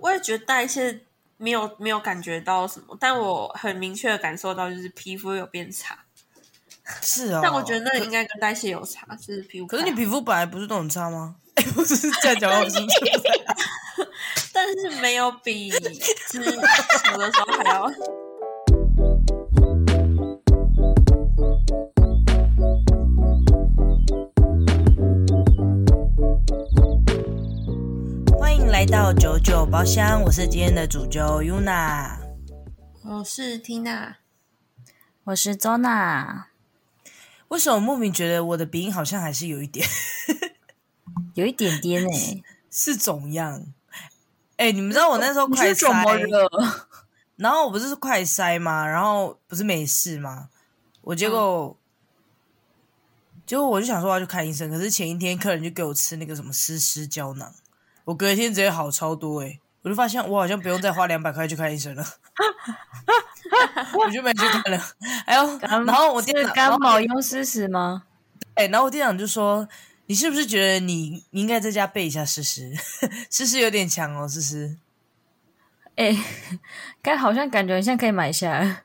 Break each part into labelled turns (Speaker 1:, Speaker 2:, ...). Speaker 1: 我也觉得代谢没有没有感觉到什么，但我很明确的感受到就是皮肤有变差，
Speaker 2: 是哦。
Speaker 1: 但我觉得那应该跟代谢有差，就是皮肤不
Speaker 2: 可
Speaker 1: 太好。
Speaker 2: 是你皮肤本来不是都很差 吗？哎、不是这样讲话，我是不是？
Speaker 1: 但是没有比之有的时候还要。
Speaker 2: 欢迎来到九九包厢，我是今天的主角 Yuna。
Speaker 1: 我是 Tina，
Speaker 3: 我是周娜，
Speaker 2: 为什么我莫名觉得我的鼻音好像还是有一点
Speaker 3: 有一点点哎、
Speaker 2: 是肿样？哎、你们知道我那时候快
Speaker 3: 怎么
Speaker 2: 塞，
Speaker 3: 了？
Speaker 2: 然后我不是快塞吗？然后不是没事吗？我结果、结果我就想说我要去看医生，可是前一天客人就给我吃那个什么湿湿胶囊，我隔天直接好超多哎、我就发现我好像不用再花两百块去看医生了，我就没去看了。还有，然后我
Speaker 3: 这
Speaker 2: 店
Speaker 3: 个
Speaker 2: 长
Speaker 3: 干毛用湿湿吗？
Speaker 2: 哎、然后我店长就说：“你是不是觉得你你应该在家背一下诗 诗？诗诗有点强哦，诗诗。
Speaker 3: 哎、 该好像感觉很像可以买下来。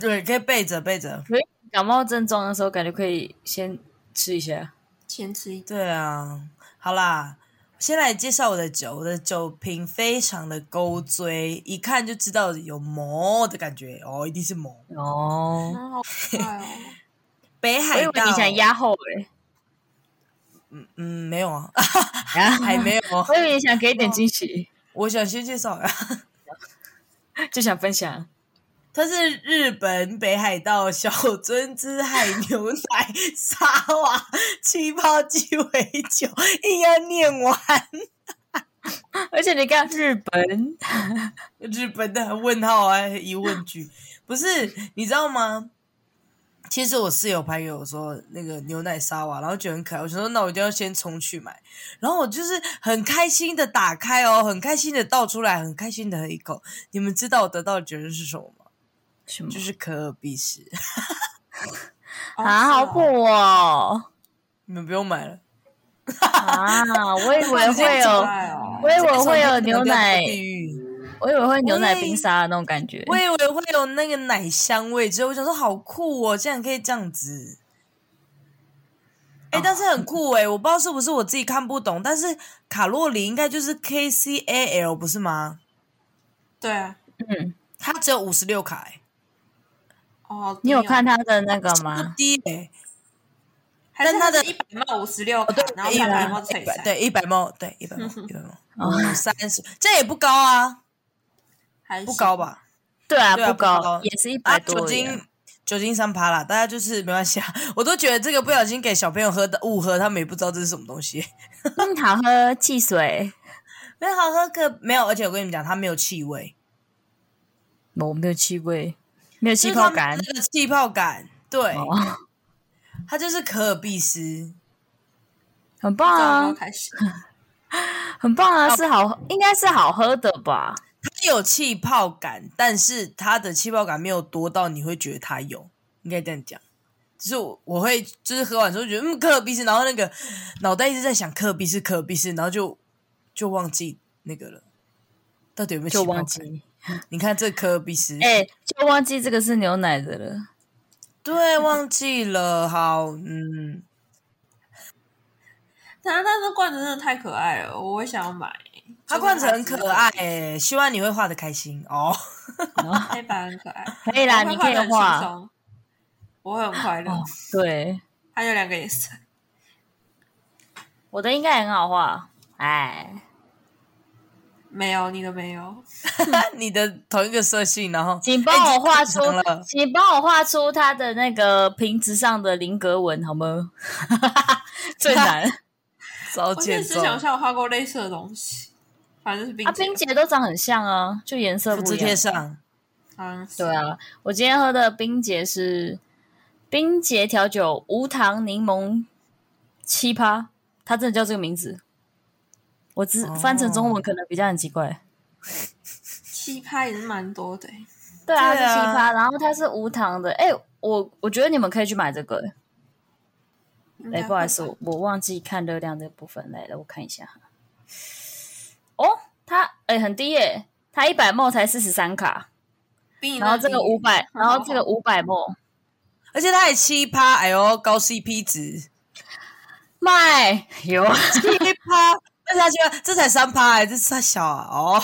Speaker 2: 对，可以背着背着。
Speaker 3: 所以感冒症状的时候，感觉可以先吃一下。
Speaker 1: 先吃一
Speaker 2: 对啊，好啦，先来介绍我的酒，我的酒瓶非常的勾追，一看就知道有魔的感觉哦，一定是魔。
Speaker 3: 哦，
Speaker 1: 哦，好快哦！
Speaker 2: 北
Speaker 3: 我以
Speaker 2: 海
Speaker 3: 为
Speaker 2: 道，
Speaker 3: 你想压后哎、
Speaker 2: 嗯，没有啊， 还
Speaker 3: 欸，
Speaker 2: 没有哦。
Speaker 3: 我以为你想给一点惊喜，
Speaker 2: 我想先介绍啊，
Speaker 3: 就想分享。
Speaker 2: 它是日本北海道小樽之海牛奶沙瓦气泡鸡尾酒，硬要念完。
Speaker 3: 而且你看日本，
Speaker 2: 日本的问号啊，疑问句，不是你知道吗？其实我室友拍给我说那个牛奶沙瓦，然后觉得很可爱，我想说那我一定要先冲去买，然后我就是很开心的打开哦，很开心的倒出来，很开心的喝一口。你们知道我得到的结论是什么吗？
Speaker 3: 什么
Speaker 2: 就是可尔必斯，
Speaker 3: 啊？好
Speaker 1: 不
Speaker 3: 补哦！
Speaker 2: 你们不用买了。
Speaker 3: 啊，我以为会有，
Speaker 1: 哦！
Speaker 3: 哎我以为会有
Speaker 2: 这个时候
Speaker 3: 牛
Speaker 2: 你可能掉
Speaker 3: 奶
Speaker 2: 到，地狱
Speaker 3: 我以为会牛奶冰沙的那种感觉。
Speaker 2: 我以为会有那个奶香味，之后我想说好酷哦，竟然可以这样子。哎、但是很酷哎、我不知道是不是我自己看不懂，但是卡洛里应该就是 K C A L 不是吗？
Speaker 1: 对啊，
Speaker 3: 嗯，
Speaker 2: 它只有五十六卡、欸，
Speaker 1: 哦，
Speaker 3: 你有看他的那个
Speaker 2: 不
Speaker 3: 吗？
Speaker 2: 低哎、
Speaker 3: 哦
Speaker 1: 还是
Speaker 2: 但它的
Speaker 1: 一百冒五十六卡，然后
Speaker 2: 一
Speaker 1: 一百
Speaker 2: 百
Speaker 1: 冒璀璨，，
Speaker 2: 哦对一百毛，对一百 毛，一百毛，
Speaker 3: 哦
Speaker 2: 五三十，这也不高啊，
Speaker 1: 还是
Speaker 2: 不高？吧？
Speaker 3: 对啊，
Speaker 2: 对啊
Speaker 3: 不
Speaker 2: 不高
Speaker 3: 高，也是一
Speaker 2: 啊，
Speaker 3: 百多
Speaker 2: 酒
Speaker 3: 而已啊。
Speaker 2: 精酒精三趴啦，大家就是没关系啊。 我都觉得这个不小心给小朋友喝的误喝，他们也不知道这是什么东西。
Speaker 3: 嗯，好喝汽水，
Speaker 2: 没有好喝可没有，而且我跟你们讲，它没有气味，
Speaker 3: 我没有气味，没有气
Speaker 2: 就是它没
Speaker 3: 泡
Speaker 2: 有
Speaker 3: 感。
Speaker 2: 那个气泡感，对，
Speaker 3: 哦，
Speaker 2: 它就是可尔必斯，
Speaker 3: 很棒
Speaker 1: 从头
Speaker 3: 啊，
Speaker 1: 开始，
Speaker 3: 很棒
Speaker 2: 哦
Speaker 3: 啊，是好，应该是好喝的吧？
Speaker 2: 它有气泡感，但是它的气泡感没有多到你会觉得它有，应该这样讲。就是我我会就是喝完之后觉得嗯可尔必斯，然后那个脑袋一直在想可尔必斯可尔必斯，然后就就忘记那个了，到底有没有气
Speaker 3: 就
Speaker 2: 泡
Speaker 3: 忘
Speaker 2: 感？
Speaker 3: 记，
Speaker 2: 你看这可尔必斯，
Speaker 3: 哎，就忘记这个是牛奶的了。
Speaker 2: 对，忘记了，好， 嗯，
Speaker 1: 但但是罐子真的太可爱了，我会想要买。
Speaker 2: 它罐子
Speaker 3: 啊
Speaker 2: 很可爱、欸，希望你会画的开心哦。
Speaker 3: 哦
Speaker 1: 黑白很可爱。
Speaker 3: 可以啦，
Speaker 1: 我会
Speaker 3: 你可以
Speaker 1: 得很轻
Speaker 3: 画。
Speaker 1: 松，我会很快乐。
Speaker 3: 哦，对，
Speaker 1: 它有两个颜色，
Speaker 3: 我的应该很好画。哎，
Speaker 1: 没有你的没有。
Speaker 2: 你的同一个色系，然后
Speaker 3: 请帮我画出
Speaker 2: 哎你太强了，
Speaker 3: 请帮我画出它的那个瓶子上的菱格纹好吗？ 最难。
Speaker 2: 糟
Speaker 1: 我现
Speaker 2: 践
Speaker 1: 在只
Speaker 2: 重，
Speaker 1: 想像我画过类似的东西，反正是冰
Speaker 3: 啊，
Speaker 1: 淇淋
Speaker 3: 冰姐都长很像啊，就颜色
Speaker 2: 复
Speaker 3: 不
Speaker 2: 制
Speaker 3: 一样
Speaker 2: 贴。上，
Speaker 1: 好像是
Speaker 3: 对啊，我今天喝的冰姐是冰姐调酒无糖柠檬七趴，它真的叫这个名字。我只
Speaker 2: 哦
Speaker 3: 翻成中文可能比较很奇怪。
Speaker 1: 七拍也是蛮多的欸、
Speaker 3: 对啊，
Speaker 2: 对
Speaker 3: 是
Speaker 2: 啊
Speaker 3: 七趴，然后它是无糖的。哎，我我觉得你们可以去买这个。
Speaker 1: 应
Speaker 3: 哎，
Speaker 1: 该
Speaker 3: 不好意
Speaker 1: 会
Speaker 3: 思，
Speaker 1: 吧
Speaker 3: 我我忘记看热量这部分来了，我看一下哈。哦，它哎、哎、很低耶、它一百墨才四十三卡，
Speaker 1: 比你
Speaker 3: 然后这个五百，然后这个五百墨
Speaker 2: 而且它也七趴，哎呦，高 CP 值，
Speaker 3: 卖有，
Speaker 2: 七趴，但是它现在这才三趴，哎，这是太小啊，哦，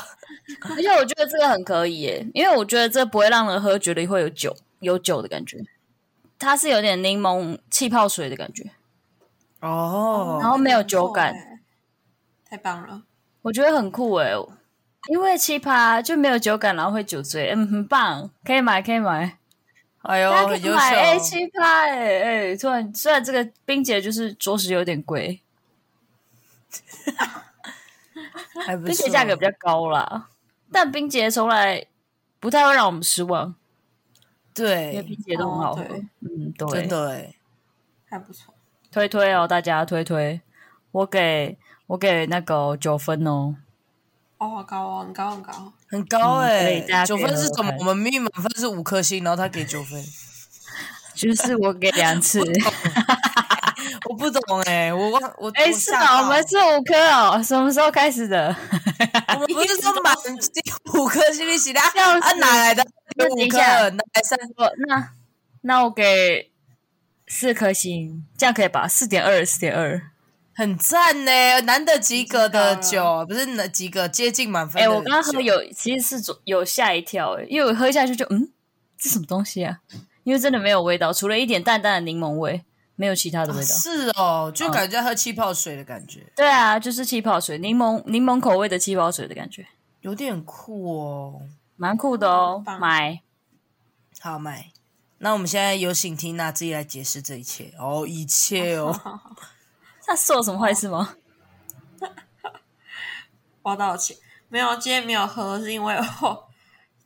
Speaker 3: 而且我觉得这个很可以耶，因为我觉得这不会让人喝觉得会有酒有酒的感觉，它是有点柠檬气泡水的感觉，
Speaker 2: 哦，
Speaker 3: 然后没有酒感，
Speaker 1: 欸太棒了。
Speaker 3: 我觉得很酷哎，因为奇葩就没有酒感，然后会酒醉，嗯，很棒，可以买，可以买，
Speaker 2: 哎
Speaker 3: 大家
Speaker 2: 呦，
Speaker 3: 可
Speaker 2: 很
Speaker 3: 以
Speaker 2: 优秀，
Speaker 3: 买，哎、奇葩，哎哎，突然虽然这个冰姐就是着实有点贵，
Speaker 2: 还不
Speaker 3: 冰
Speaker 2: 错
Speaker 3: 姐价格比较高啦，但冰姐从来不太会让我们失望，因为
Speaker 2: 对，
Speaker 3: 冰姐都很好喝，
Speaker 1: 哦对
Speaker 3: 嗯，
Speaker 2: 真
Speaker 3: 对，
Speaker 2: 的哎，
Speaker 1: 还不错，
Speaker 3: 推推哦，大家推推，我给我给那个九分哦，
Speaker 1: 哦，好高哦，很高很高。
Speaker 2: 很高
Speaker 3: 嗯所
Speaker 2: 哎
Speaker 3: 以大，家
Speaker 2: 九
Speaker 3: 可以
Speaker 2: 分是
Speaker 3: 喝喝
Speaker 2: 怎么
Speaker 3: 看？
Speaker 2: 我们明明满分是五颗星，然后他给九分，
Speaker 3: 就是 我给两次，
Speaker 2: 我不懂哎，我忘我
Speaker 3: 哎、是啊，我们
Speaker 2: 是
Speaker 3: 是五颗哦，什么时候开始的？
Speaker 2: 我们不是说满星五颗星的喜的，
Speaker 3: 笑死
Speaker 2: 啊哪来的
Speaker 3: 那
Speaker 2: 五
Speaker 3: 等一
Speaker 2: 颗？
Speaker 3: 下
Speaker 2: 哪来三？
Speaker 3: 我那那我给四颗星，这样可以吧？四点二，四点二。
Speaker 2: 很赞呢，难得及格的
Speaker 1: 已经
Speaker 2: 酒，不是难及格接近满分
Speaker 3: 哎、
Speaker 2: 的酒。
Speaker 3: 我刚刚喝有，其实是左有吓一跳、哎，因为我喝下去就嗯，这什么东西啊？因为真的没有味道，除了一点淡淡的柠檬味，没有其他的味道。
Speaker 2: 是哦，就感觉在喝气泡水的感觉，
Speaker 3: 对啊，就是气泡水，柠檬柠檬口味的气泡水的感觉，
Speaker 2: 有点酷哦。
Speaker 3: 蛮酷的哦
Speaker 1: 嗯，棒
Speaker 3: 买。
Speaker 2: 好，麦。那我们现在有请缇娜自己来解释这一切哦，一切哦，
Speaker 3: 那是有什么坏事吗？
Speaker 1: 我要道歉，没有，今天没有喝，是因为我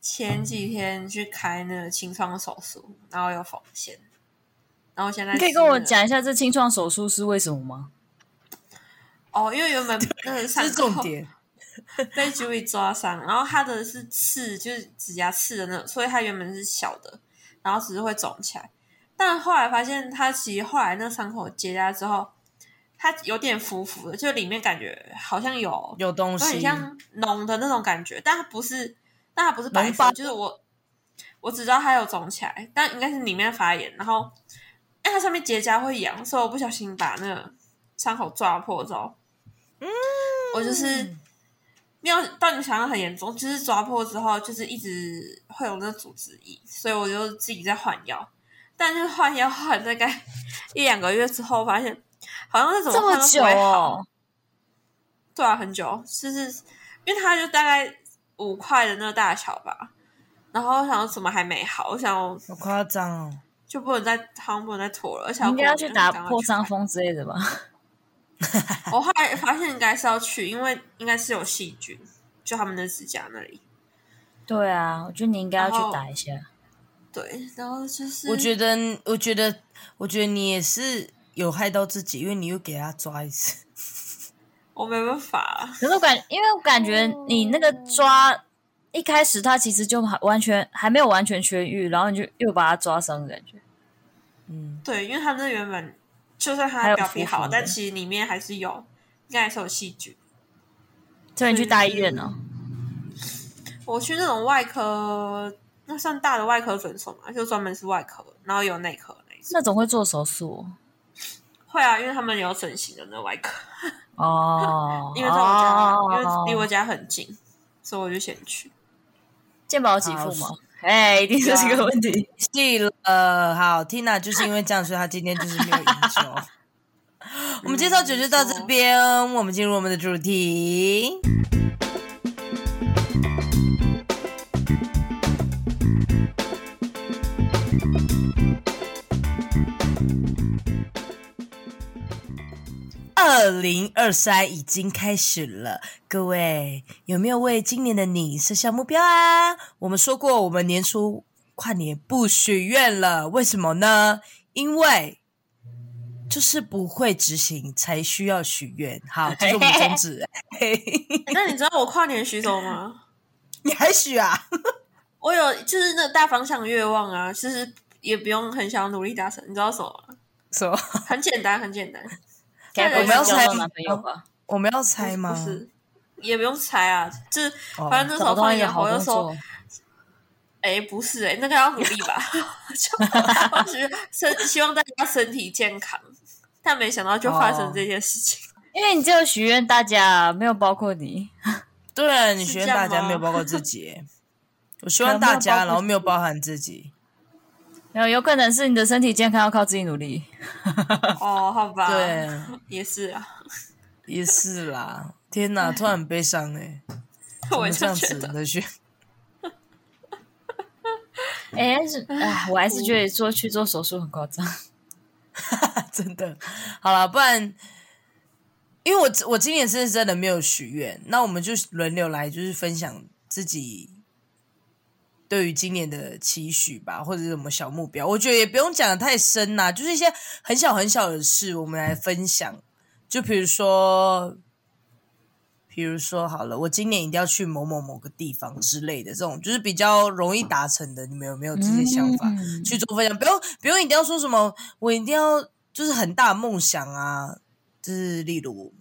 Speaker 1: 前几天去开那个清创手术，然后有缝线，然后现在
Speaker 3: 你可以
Speaker 1: 是
Speaker 3: 跟我讲一下这清创手术是为什么吗？
Speaker 1: 哦，因为原本那个
Speaker 2: 这
Speaker 1: 伤
Speaker 2: 是重 点。
Speaker 1: 被 Joey 抓伤，然后他的是刺，就是指甲刺的那种，所以他原本是小的，然后只是会肿起来，但后来发现他其实后来那伤口结痂之后，它有点浮浮的，就里面感觉好像有
Speaker 2: 有东
Speaker 1: 有
Speaker 2: 西
Speaker 1: 点，像脓的那种感觉，但它不是，但它不是白
Speaker 2: 脓包
Speaker 1: 色，就是我我只知道它有肿起来，但应该是里面发炎，然后因为它上面结痂会痒，所以我不小心把那个伤口抓破之后，嗯，我就是没有到你想象很严重，就是抓破之后就是一直会有那组织液，所以我就自己在换药，但是换药换大概一两个月之后，发现好像是怎么
Speaker 3: 这么
Speaker 1: 换都不
Speaker 3: 久
Speaker 1: 会好。
Speaker 3: 哦，
Speaker 1: 对啊，很久，就是因为它就大概五块的那个大小吧。然后我想说怎么还没好，我想我
Speaker 2: 好夸张哦。
Speaker 1: 就不能再好像不能再拖了，而且
Speaker 3: 你应该要
Speaker 1: 过
Speaker 3: 去
Speaker 1: 年
Speaker 3: 打
Speaker 1: 就赶快
Speaker 3: 破
Speaker 1: 去
Speaker 3: 伤
Speaker 1: 看。
Speaker 3: 风之类的吧？
Speaker 1: 我后来发现应该是要去，因为应该是有细菌，就他们的指甲那里。
Speaker 3: 对啊，我觉得你应该要
Speaker 1: 然
Speaker 3: 去
Speaker 1: 后
Speaker 3: 打一下。
Speaker 1: 对，然后就是
Speaker 2: 我觉得，我觉得，我觉得你也是有害到自己，因为你又给他抓一次。
Speaker 1: 我没办法，
Speaker 3: 可是我感，因为我感觉你那个抓一开始，它其实就还完全还没有完全痊愈，然后你就又把它抓伤的感觉。
Speaker 2: 嗯，
Speaker 1: 对，因为它那原本就算
Speaker 3: 还
Speaker 1: 它
Speaker 3: 有
Speaker 1: 表皮
Speaker 3: 浮
Speaker 1: 好，
Speaker 3: 肿
Speaker 1: 但
Speaker 3: 的
Speaker 1: 其实里面还是有，应该还是有细菌。
Speaker 3: 所以你去大医院啊呢、
Speaker 1: 我去那种外科，那算大的外科诊所嘛，就专门是外科，然后有内科那一种。
Speaker 3: 那总会做手术
Speaker 1: 会啊，因为他们有整形的那外科，
Speaker 3: 哦。
Speaker 1: 因为在我家啊，
Speaker 3: 哦
Speaker 1: 因为离我家很近，所以我就先去。
Speaker 3: 健保给付嘛
Speaker 2: 好，
Speaker 3: 哎，一定是这个问题。
Speaker 2: 记了，好，Tina 就是因为这样，所以她今天就是没有赢球。我们介绍酒就到这边，我们进入我们的主题。二零二三已经开始了，各位有没有为今年的你设下目标啊？我们说过，我们年初跨年不许愿了，为什么呢？因为就是不会执行才需要许愿。好，这是我们宗旨。嘿嘿嘿
Speaker 1: 那你知道我跨年许什么吗？
Speaker 2: 你还许啊？
Speaker 1: 我有就是那个大方向愿望啊，其实也不用很想努力达成，你知道什么吗？
Speaker 2: 什么？
Speaker 1: 很简单，很简单，
Speaker 3: 该不会
Speaker 1: 我们要
Speaker 3: 是交到
Speaker 2: 猜
Speaker 3: 男朋友吧？
Speaker 2: 我们要猜吗？
Speaker 1: 不是，也不用猜啊，就是
Speaker 2: 哦
Speaker 1: 反正那时候
Speaker 3: 找不到
Speaker 1: 放
Speaker 3: 一个
Speaker 1: 烟火
Speaker 3: 好
Speaker 1: 就
Speaker 3: 工
Speaker 1: 说
Speaker 3: 作，，
Speaker 1: 哎、不是哎、那个要努力吧， 就 当时身希望大家身体健康，但没想到就发
Speaker 2: 哦
Speaker 1: 生这件事情。
Speaker 3: 因为你只有许愿大家，没有包括你。
Speaker 2: 对啊，你
Speaker 1: 是
Speaker 2: 许愿
Speaker 1: 这样
Speaker 2: 大家
Speaker 1: 吗
Speaker 2: 没有包括自己，我希
Speaker 3: 可
Speaker 2: 望
Speaker 3: 能没有
Speaker 2: 大家，
Speaker 3: 包括
Speaker 2: 然后没有包含自己。
Speaker 3: 没有，有可能是你的身体健康要靠自己努力。
Speaker 1: 哦，好吧，
Speaker 2: 对，
Speaker 1: 也是啊，
Speaker 2: 也是啦。天哪，突然很悲伤哎、
Speaker 1: 我
Speaker 2: 怎么这
Speaker 1: 就
Speaker 2: 样
Speaker 1: 觉
Speaker 2: 子
Speaker 1: 得
Speaker 2: 的去？
Speaker 3: 哎、还是哎，我还是觉得做去做手术很夸张。
Speaker 2: 真的，好了，不然，因为我我今年是真的没有许愿，那我们就轮流来，就是分享自己对于今年的期许吧，或者是什么小目标。我觉得也不用讲的太深啦，就是一些很小很小的事，我们来分享。就比如说，比如说好了，我今年一定要去某某某个地方之类的，这种就是比较容易达成的。你们有没有这些想法？
Speaker 3: 嗯
Speaker 2: 去做分享，不用不用一定要说什么，我一定要就是很大的梦想啊，就是例如，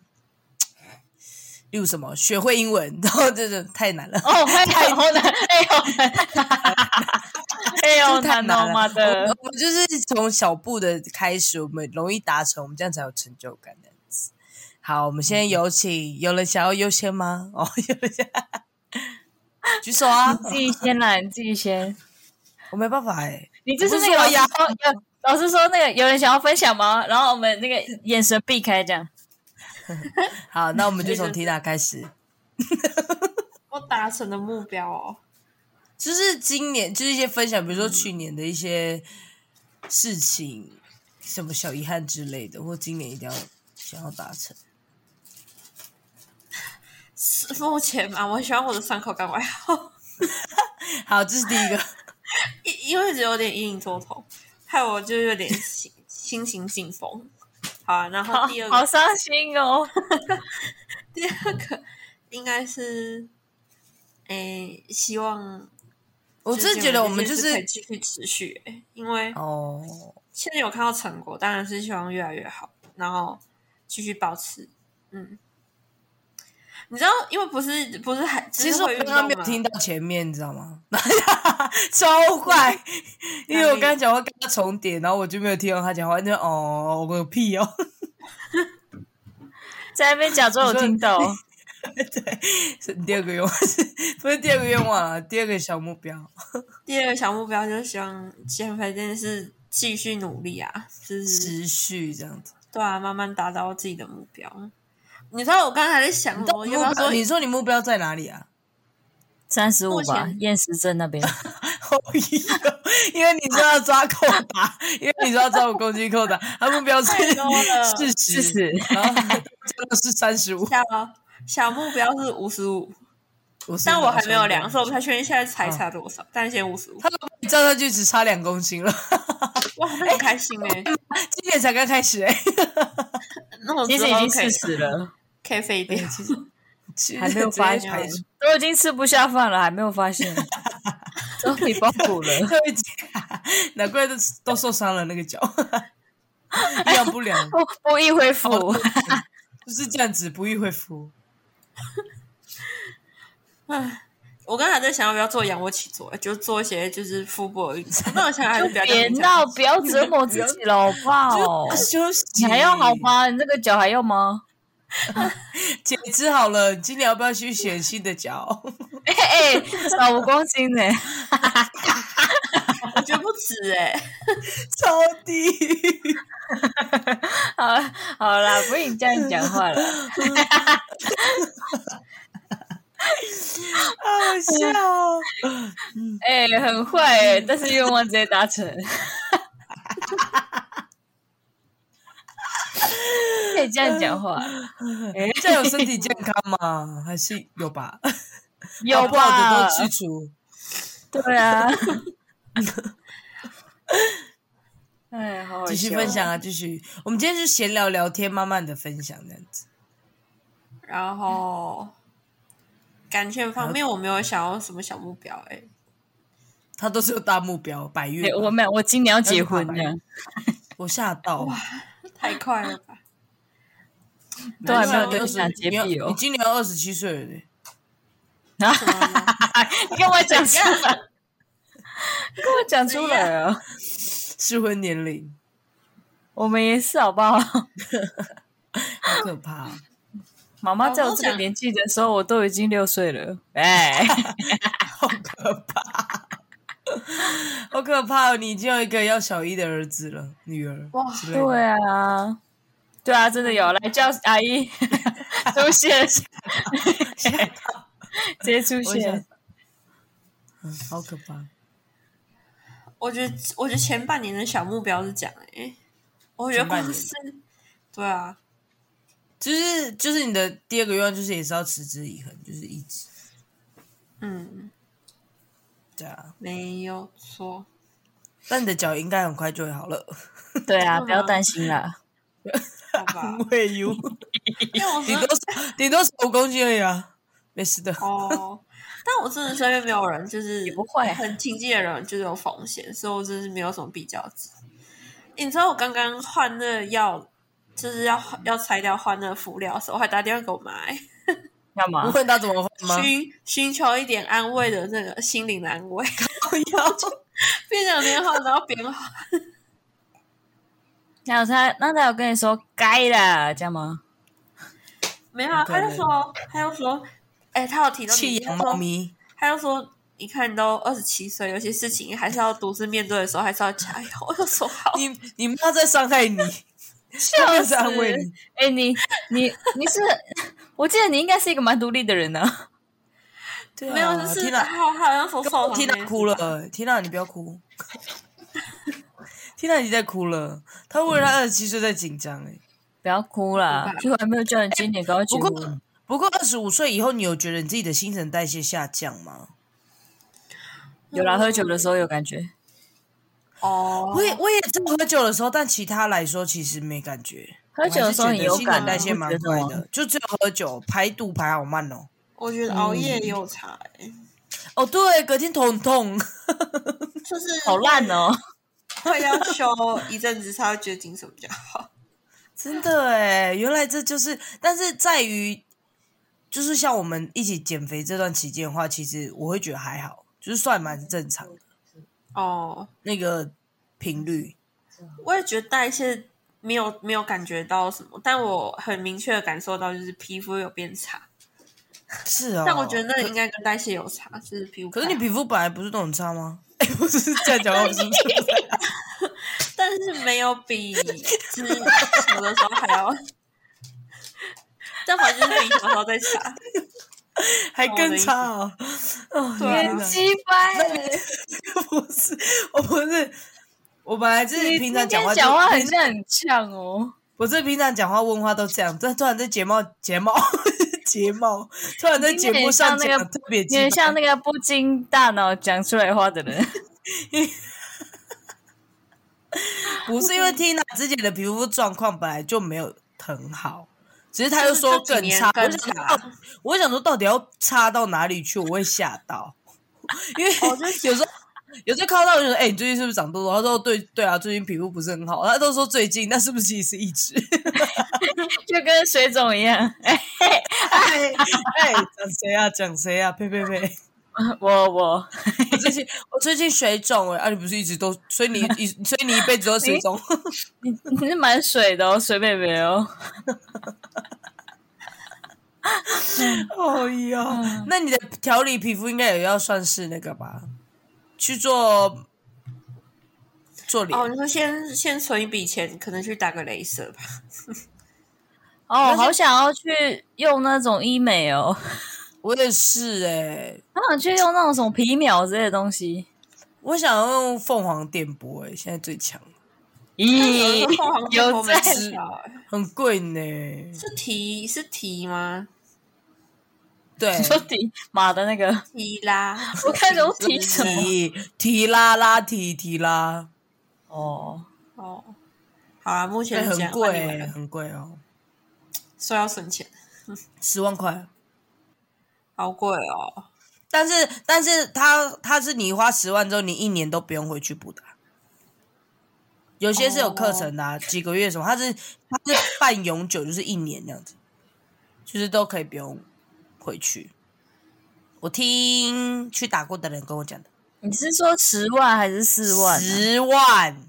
Speaker 2: 例如什么学会英文， 然后这种太难了，
Speaker 3: 哦，会好难，哎呦，好难哎
Speaker 2: 这
Speaker 3: 呦，
Speaker 2: 太
Speaker 3: 难
Speaker 2: 难
Speaker 3: 哦，
Speaker 2: 了。
Speaker 3: 妈的
Speaker 2: 我！我们就是从小步的开始，我们容易达成，我们这样才有成就感。这样子，好，我们
Speaker 3: 嗯
Speaker 2: 现在有请，有人想要优先吗？ 哦，有人想，举手 啊！
Speaker 3: 自己先啦，你自己先。
Speaker 2: 我没办法哎、
Speaker 3: 你就是那个
Speaker 2: 我
Speaker 3: 老
Speaker 2: 不
Speaker 3: 师
Speaker 2: 是说
Speaker 3: 说，有老师说那个有人想要分享吗？然后我们那个眼神避开，这样。
Speaker 2: 好，那我们就
Speaker 1: 所
Speaker 2: 从
Speaker 1: 以就
Speaker 2: Tina 开始。
Speaker 1: 我达成的目标哦。
Speaker 2: 就是今年就是一些分享，比如说去年的一些事情，什么小遗憾之类的，或今年一定要想要达成。
Speaker 1: 是目前嘛，我希望我的伤口赶快好，
Speaker 2: 好，这是第一个。
Speaker 1: 因因为只有点隐隐作痛，害我就有点心心情紧绷。好、啊，然
Speaker 3: 好
Speaker 1: 后第二
Speaker 3: 好
Speaker 1: 个，
Speaker 3: 伤心哦。
Speaker 1: 第二个应该是，诶、希望
Speaker 2: 我真的觉得我们就
Speaker 1: 这件事可以继续
Speaker 2: 是
Speaker 1: 持续、欸，因为
Speaker 2: 哦，
Speaker 1: 现在有看到成果，当然是希望越来越好，然后继续保持，嗯。你知道，因为不是不是还，
Speaker 2: 其实
Speaker 1: 就是
Speaker 2: 我
Speaker 1: 会
Speaker 2: 刚
Speaker 1: 运
Speaker 2: 刚
Speaker 1: 动
Speaker 2: 没有
Speaker 1: 嘛，
Speaker 2: 听到前面，你知道吗？ 超快，因为我刚刚讲话跟他重叠，然后我就没有听到他讲话，那哦，我有屁哦。
Speaker 3: 在那边假装有听到，
Speaker 2: 是第二个愿望是，不是第二个愿望啊？第二个小目标。
Speaker 1: 第二个小目标就是希望减肥这件事继续努力啊，就是
Speaker 2: 持续这样子。
Speaker 1: 对啊，慢慢达到自己的目标。你知道我刚才在想
Speaker 2: 你
Speaker 1: 什
Speaker 2: 到
Speaker 1: 么？
Speaker 2: 底
Speaker 1: 要不要
Speaker 2: 目标
Speaker 1: 说
Speaker 2: 你说你目标在哪里啊？
Speaker 3: 三十五
Speaker 1: 目
Speaker 3: 吧
Speaker 1: 前，
Speaker 3: 厌食症那边。
Speaker 2: 好有， 因为你说要抓扣打，因为你说要抓五公斤扣打，他目标是
Speaker 1: 太多 了
Speaker 2: 四十，
Speaker 3: 40
Speaker 2: 然后这个是三十五，
Speaker 1: 小小目标是五十五？
Speaker 2: 55
Speaker 1: 但我还没有量，所以我不太确定现在才
Speaker 3: 嗯
Speaker 1: 差多少，但先五十五。
Speaker 2: 他你照上去只差两公斤了，
Speaker 1: 哇，那很开心哎、
Speaker 2: 今年才刚开始哎、
Speaker 1: 那我
Speaker 3: 其实
Speaker 1: 之
Speaker 3: 已
Speaker 1: 后
Speaker 3: 经
Speaker 1: 可以
Speaker 3: 四十 了，
Speaker 1: 可以废掉。
Speaker 2: 欸，
Speaker 3: 还没有发
Speaker 2: 直
Speaker 3: 现
Speaker 2: 接排除，
Speaker 3: 都已经吃不下饭了，还没有发 现，都体包骨了。
Speaker 2: 特别假啊难怪都都受伤了那个脚， 营养不良
Speaker 3: 不不易恢复，
Speaker 2: 就是这样子，不易恢复。
Speaker 1: 唉，我刚才在想要不要做仰卧起坐，就做一些就是腹部的运动。那我想想还是不要这
Speaker 3: 别
Speaker 1: 样讲
Speaker 3: 闹，不要折磨自己了，好不好？
Speaker 2: 就是啊休息，
Speaker 3: 哦你还要好？吗？你这个脚还要吗？
Speaker 2: 截肢好了，今年要不要去选新的脚？
Speaker 3: 哎、 哎、少五公斤呢、
Speaker 1: 我觉得不止哎、
Speaker 2: 超低。
Speaker 3: 好，好啦，不是你这样讲话 了。
Speaker 2: 好笑、哦，
Speaker 3: 哎、很坏哎、但是愿望直接达 成。可以这样讲话，哎
Speaker 2: 这样有身体健康吗？还是有吧？
Speaker 3: 有
Speaker 2: 不好的
Speaker 3: 吧
Speaker 2: 都？去除。
Speaker 3: 对啊。 哎，好好
Speaker 2: 继续
Speaker 3: 笑
Speaker 2: 分享啊，继续。我们今天就闲聊聊天，慢慢的分享这样子。
Speaker 1: 然后感情方面我没有想要什么小目标哎、
Speaker 2: 他都是有大目标，百
Speaker 3: 哎、
Speaker 2: 月吧。
Speaker 3: 我没有，我今年要结婚这样。
Speaker 2: 我吓到，
Speaker 1: 太快了吧！
Speaker 3: 都还没有
Speaker 2: 啊你
Speaker 3: 跟
Speaker 2: 二
Speaker 3: 你讲
Speaker 2: 十，
Speaker 3: 洁
Speaker 2: 你要
Speaker 3: 癖
Speaker 2: 你
Speaker 3: 哦。
Speaker 2: 今年二十七岁了耶，
Speaker 3: 你跟我讲出来，跟我讲出来啊！
Speaker 2: 适婚年龄，
Speaker 3: 我们也是，好不好？
Speaker 2: 好可怕哦。
Speaker 3: 妈妈在我这个年纪的时候，我都已经六岁了。哎，
Speaker 2: 好可怕、哦！你已经有一个要小一的儿子了，女儿
Speaker 1: 哇
Speaker 2: 之类的
Speaker 3: 对啊，对啊，真的有来叫阿 姨出现，直接出
Speaker 2: 我想
Speaker 3: 现。
Speaker 2: 嗯，好可怕。
Speaker 1: 我觉得，我觉得前半年的小目标是讲，哎、我觉得
Speaker 2: 前半
Speaker 1: 光
Speaker 2: 年
Speaker 1: 是，对啊，
Speaker 2: 就是就是你的第二个愿望就是也是要持之以恒，就是一直
Speaker 1: 嗯，
Speaker 2: 对啊。
Speaker 1: 没有错。
Speaker 2: 但你的脚应该很快就会好了。
Speaker 3: 对 啊，不要担心啦。
Speaker 1: 好 吧，
Speaker 2: 喂呦，
Speaker 1: 因为我
Speaker 2: 顶
Speaker 1: 真
Speaker 2: 多
Speaker 1: 的
Speaker 2: 是顶多是五公斤而已啊，没事的。
Speaker 1: 哦，但我真的身边没有人，就是
Speaker 3: 不会
Speaker 1: 很亲近的人就是有风险，所以我真是没有什么比较值。你知道我刚刚换那个药，就是要要拆掉换那个辅料的时候，我还打电话给我妈、欸，
Speaker 3: 干嘛
Speaker 2: 我？问他怎么换吗？
Speaker 1: 寻寻求一点安慰的那个心灵的安慰， 然后就边讲电话，然后边喊
Speaker 3: 那有他，那他有跟你说该啦，这样吗？
Speaker 1: 没有啊，
Speaker 2: 有可
Speaker 1: 他
Speaker 2: 能
Speaker 1: 就说，他就说，哎、他有提到
Speaker 2: 弃
Speaker 1: 你，
Speaker 2: 养
Speaker 1: 他
Speaker 2: 猫
Speaker 1: 说，
Speaker 2: 咪，
Speaker 1: 他就说，你看都二十七岁，有些事情还是要独自面对的时候，还是要加油。 我就说好，
Speaker 2: 你你妈在伤 害你，
Speaker 3: 笑
Speaker 2: 她没有
Speaker 3: 死
Speaker 2: 在安慰你。
Speaker 3: 哎、你你你是，我记得你应该是一个蛮独立的人呢、 啊。
Speaker 2: 对啊，
Speaker 1: 没有，就是
Speaker 2: 听
Speaker 1: 他
Speaker 2: 到
Speaker 1: 他好像说受伤
Speaker 2: 缇娜哭
Speaker 1: 了，
Speaker 2: 了，缇娜你不要哭， 缇娜已经在哭了，她为了她二十七岁在紧张哎。
Speaker 3: 不要哭啦
Speaker 1: 明，白
Speaker 3: 结果还没有叫你今年赶快结
Speaker 2: 啊不
Speaker 3: 婚。
Speaker 2: 过不过二十五岁以后，你有觉得你自己的新陈代谢下降吗？
Speaker 3: 有啦，喝酒的时候有感觉。
Speaker 1: 哦，
Speaker 2: 我也我也只有喝酒的时候，但其他来说其实没感觉。
Speaker 3: 喝酒的时候很有
Speaker 2: 我还是觉得新
Speaker 3: 感、
Speaker 2: 陈
Speaker 3: 啊，
Speaker 2: 代谢蛮快
Speaker 3: 你不觉得吗。
Speaker 2: 的，就只有喝酒排毒排好慢哦。
Speaker 1: 我觉得熬夜
Speaker 2: 嗯
Speaker 1: 也有差、欸，
Speaker 2: 哦，对，隔天头很痛，
Speaker 1: 就是
Speaker 3: 好烂哦！
Speaker 1: 会要休一阵子才会觉得精神 比较好。
Speaker 2: 真的哎，原来这就是，但是在于就是像我们一起减肥这段期间的话，其实我会觉得还好，就是算蛮正常的
Speaker 1: 哦，
Speaker 2: 那个频率。
Speaker 1: 我也觉得代谢没有没有感觉到什么，但我很明确的感受到就是皮肤有变差，
Speaker 2: 是哦，
Speaker 1: 但我觉得那应该跟代谢有差，就是皮肤不
Speaker 2: 可
Speaker 1: 太
Speaker 2: 是
Speaker 1: 好。
Speaker 2: 你皮肤本来不是都很差吗？ 哎，不是这样讲话，不 是
Speaker 1: 但是没有比之小的时候还 要，但反正就是比小时候再差。
Speaker 2: 还更差哦。哦，
Speaker 1: 对啊
Speaker 2: 天哪
Speaker 3: 鸡掰！欸
Speaker 2: 不是，我不是，我本来就是
Speaker 3: 你
Speaker 2: 平
Speaker 3: 你
Speaker 2: 常讲话
Speaker 3: 今天
Speaker 2: 就
Speaker 3: 讲话很像很呛哦。
Speaker 2: 我是平常讲话问话都这样，但突然在节目节目节目，突然在节目上
Speaker 3: 你有点像那
Speaker 2: 讲
Speaker 3: 个
Speaker 2: 特别
Speaker 3: 你
Speaker 2: 鸡
Speaker 3: 很
Speaker 2: 巴，
Speaker 3: 像那个不经大脑讲出来话的 人，
Speaker 2: 不是因为 Tina 自己的皮肤状况本来就没有很好，只是他又说
Speaker 1: 就是这几
Speaker 2: 更
Speaker 1: 年
Speaker 2: 差，我哦
Speaker 1: 更
Speaker 2: 想说
Speaker 1: 差
Speaker 2: 到底我想说到底要差到哪里去，我会吓到，因为
Speaker 3: 哦
Speaker 1: 哦
Speaker 2: 有时候。有时候看到人说：“哎、你最近是不是长痘痘？”他说：“对对啊，最近皮肤不是很好。”他都说最近，那是不是其实是一直？
Speaker 3: 就跟水肿一样。 哎，
Speaker 2: 哎 哎，讲谁啊？讲谁啊？呸呸呸！
Speaker 3: 我我
Speaker 2: 我最近我最近水肿哎、啊，你不是一直都，所以你 一所以你一辈子都水肿，
Speaker 3: 你是蛮水的哦，水妹妹哦。
Speaker 2: 哦
Speaker 3: 嗯
Speaker 2: 呀，那你的调理皮肤应该也要算是那个吧？去做做脸，
Speaker 1: 哦，你说先先存一笔钱，可能去打个镭射吧。
Speaker 3: 哦，好想要去用那种医美哦，
Speaker 2: 我也是哎、
Speaker 3: 好想去用那种什么皮秒之类的东西。
Speaker 2: 我想要用凤凰电波哎、现在最强，
Speaker 3: 咦，有
Speaker 1: 有
Speaker 3: 在
Speaker 1: 在
Speaker 2: 很贵呢、
Speaker 1: 欸是提是提吗？
Speaker 2: 对
Speaker 3: 你，说提马的那个，
Speaker 1: 提啦，
Speaker 3: 我看着我提什么？
Speaker 2: 提提拉拉提提拉，
Speaker 3: 哦，
Speaker 1: 哦，好啊，目
Speaker 2: 哎
Speaker 1: 前是这
Speaker 2: 很
Speaker 1: 样
Speaker 2: 贵、
Speaker 1: 那你
Speaker 2: 欸，
Speaker 1: 们
Speaker 2: 很贵哦，
Speaker 1: 说要省钱，
Speaker 2: 十万块。
Speaker 1: 好贵哦。
Speaker 2: 但是，但是他他是你花十万之后，你一年都不用回去补的啊。有些是有课程的、啊，几个月什么，它是它是半永久，就是一年这样子，就是都可以不用回去。我听去打过的人跟我讲的，
Speaker 3: 你是说十万还是四万、啊？
Speaker 2: 十万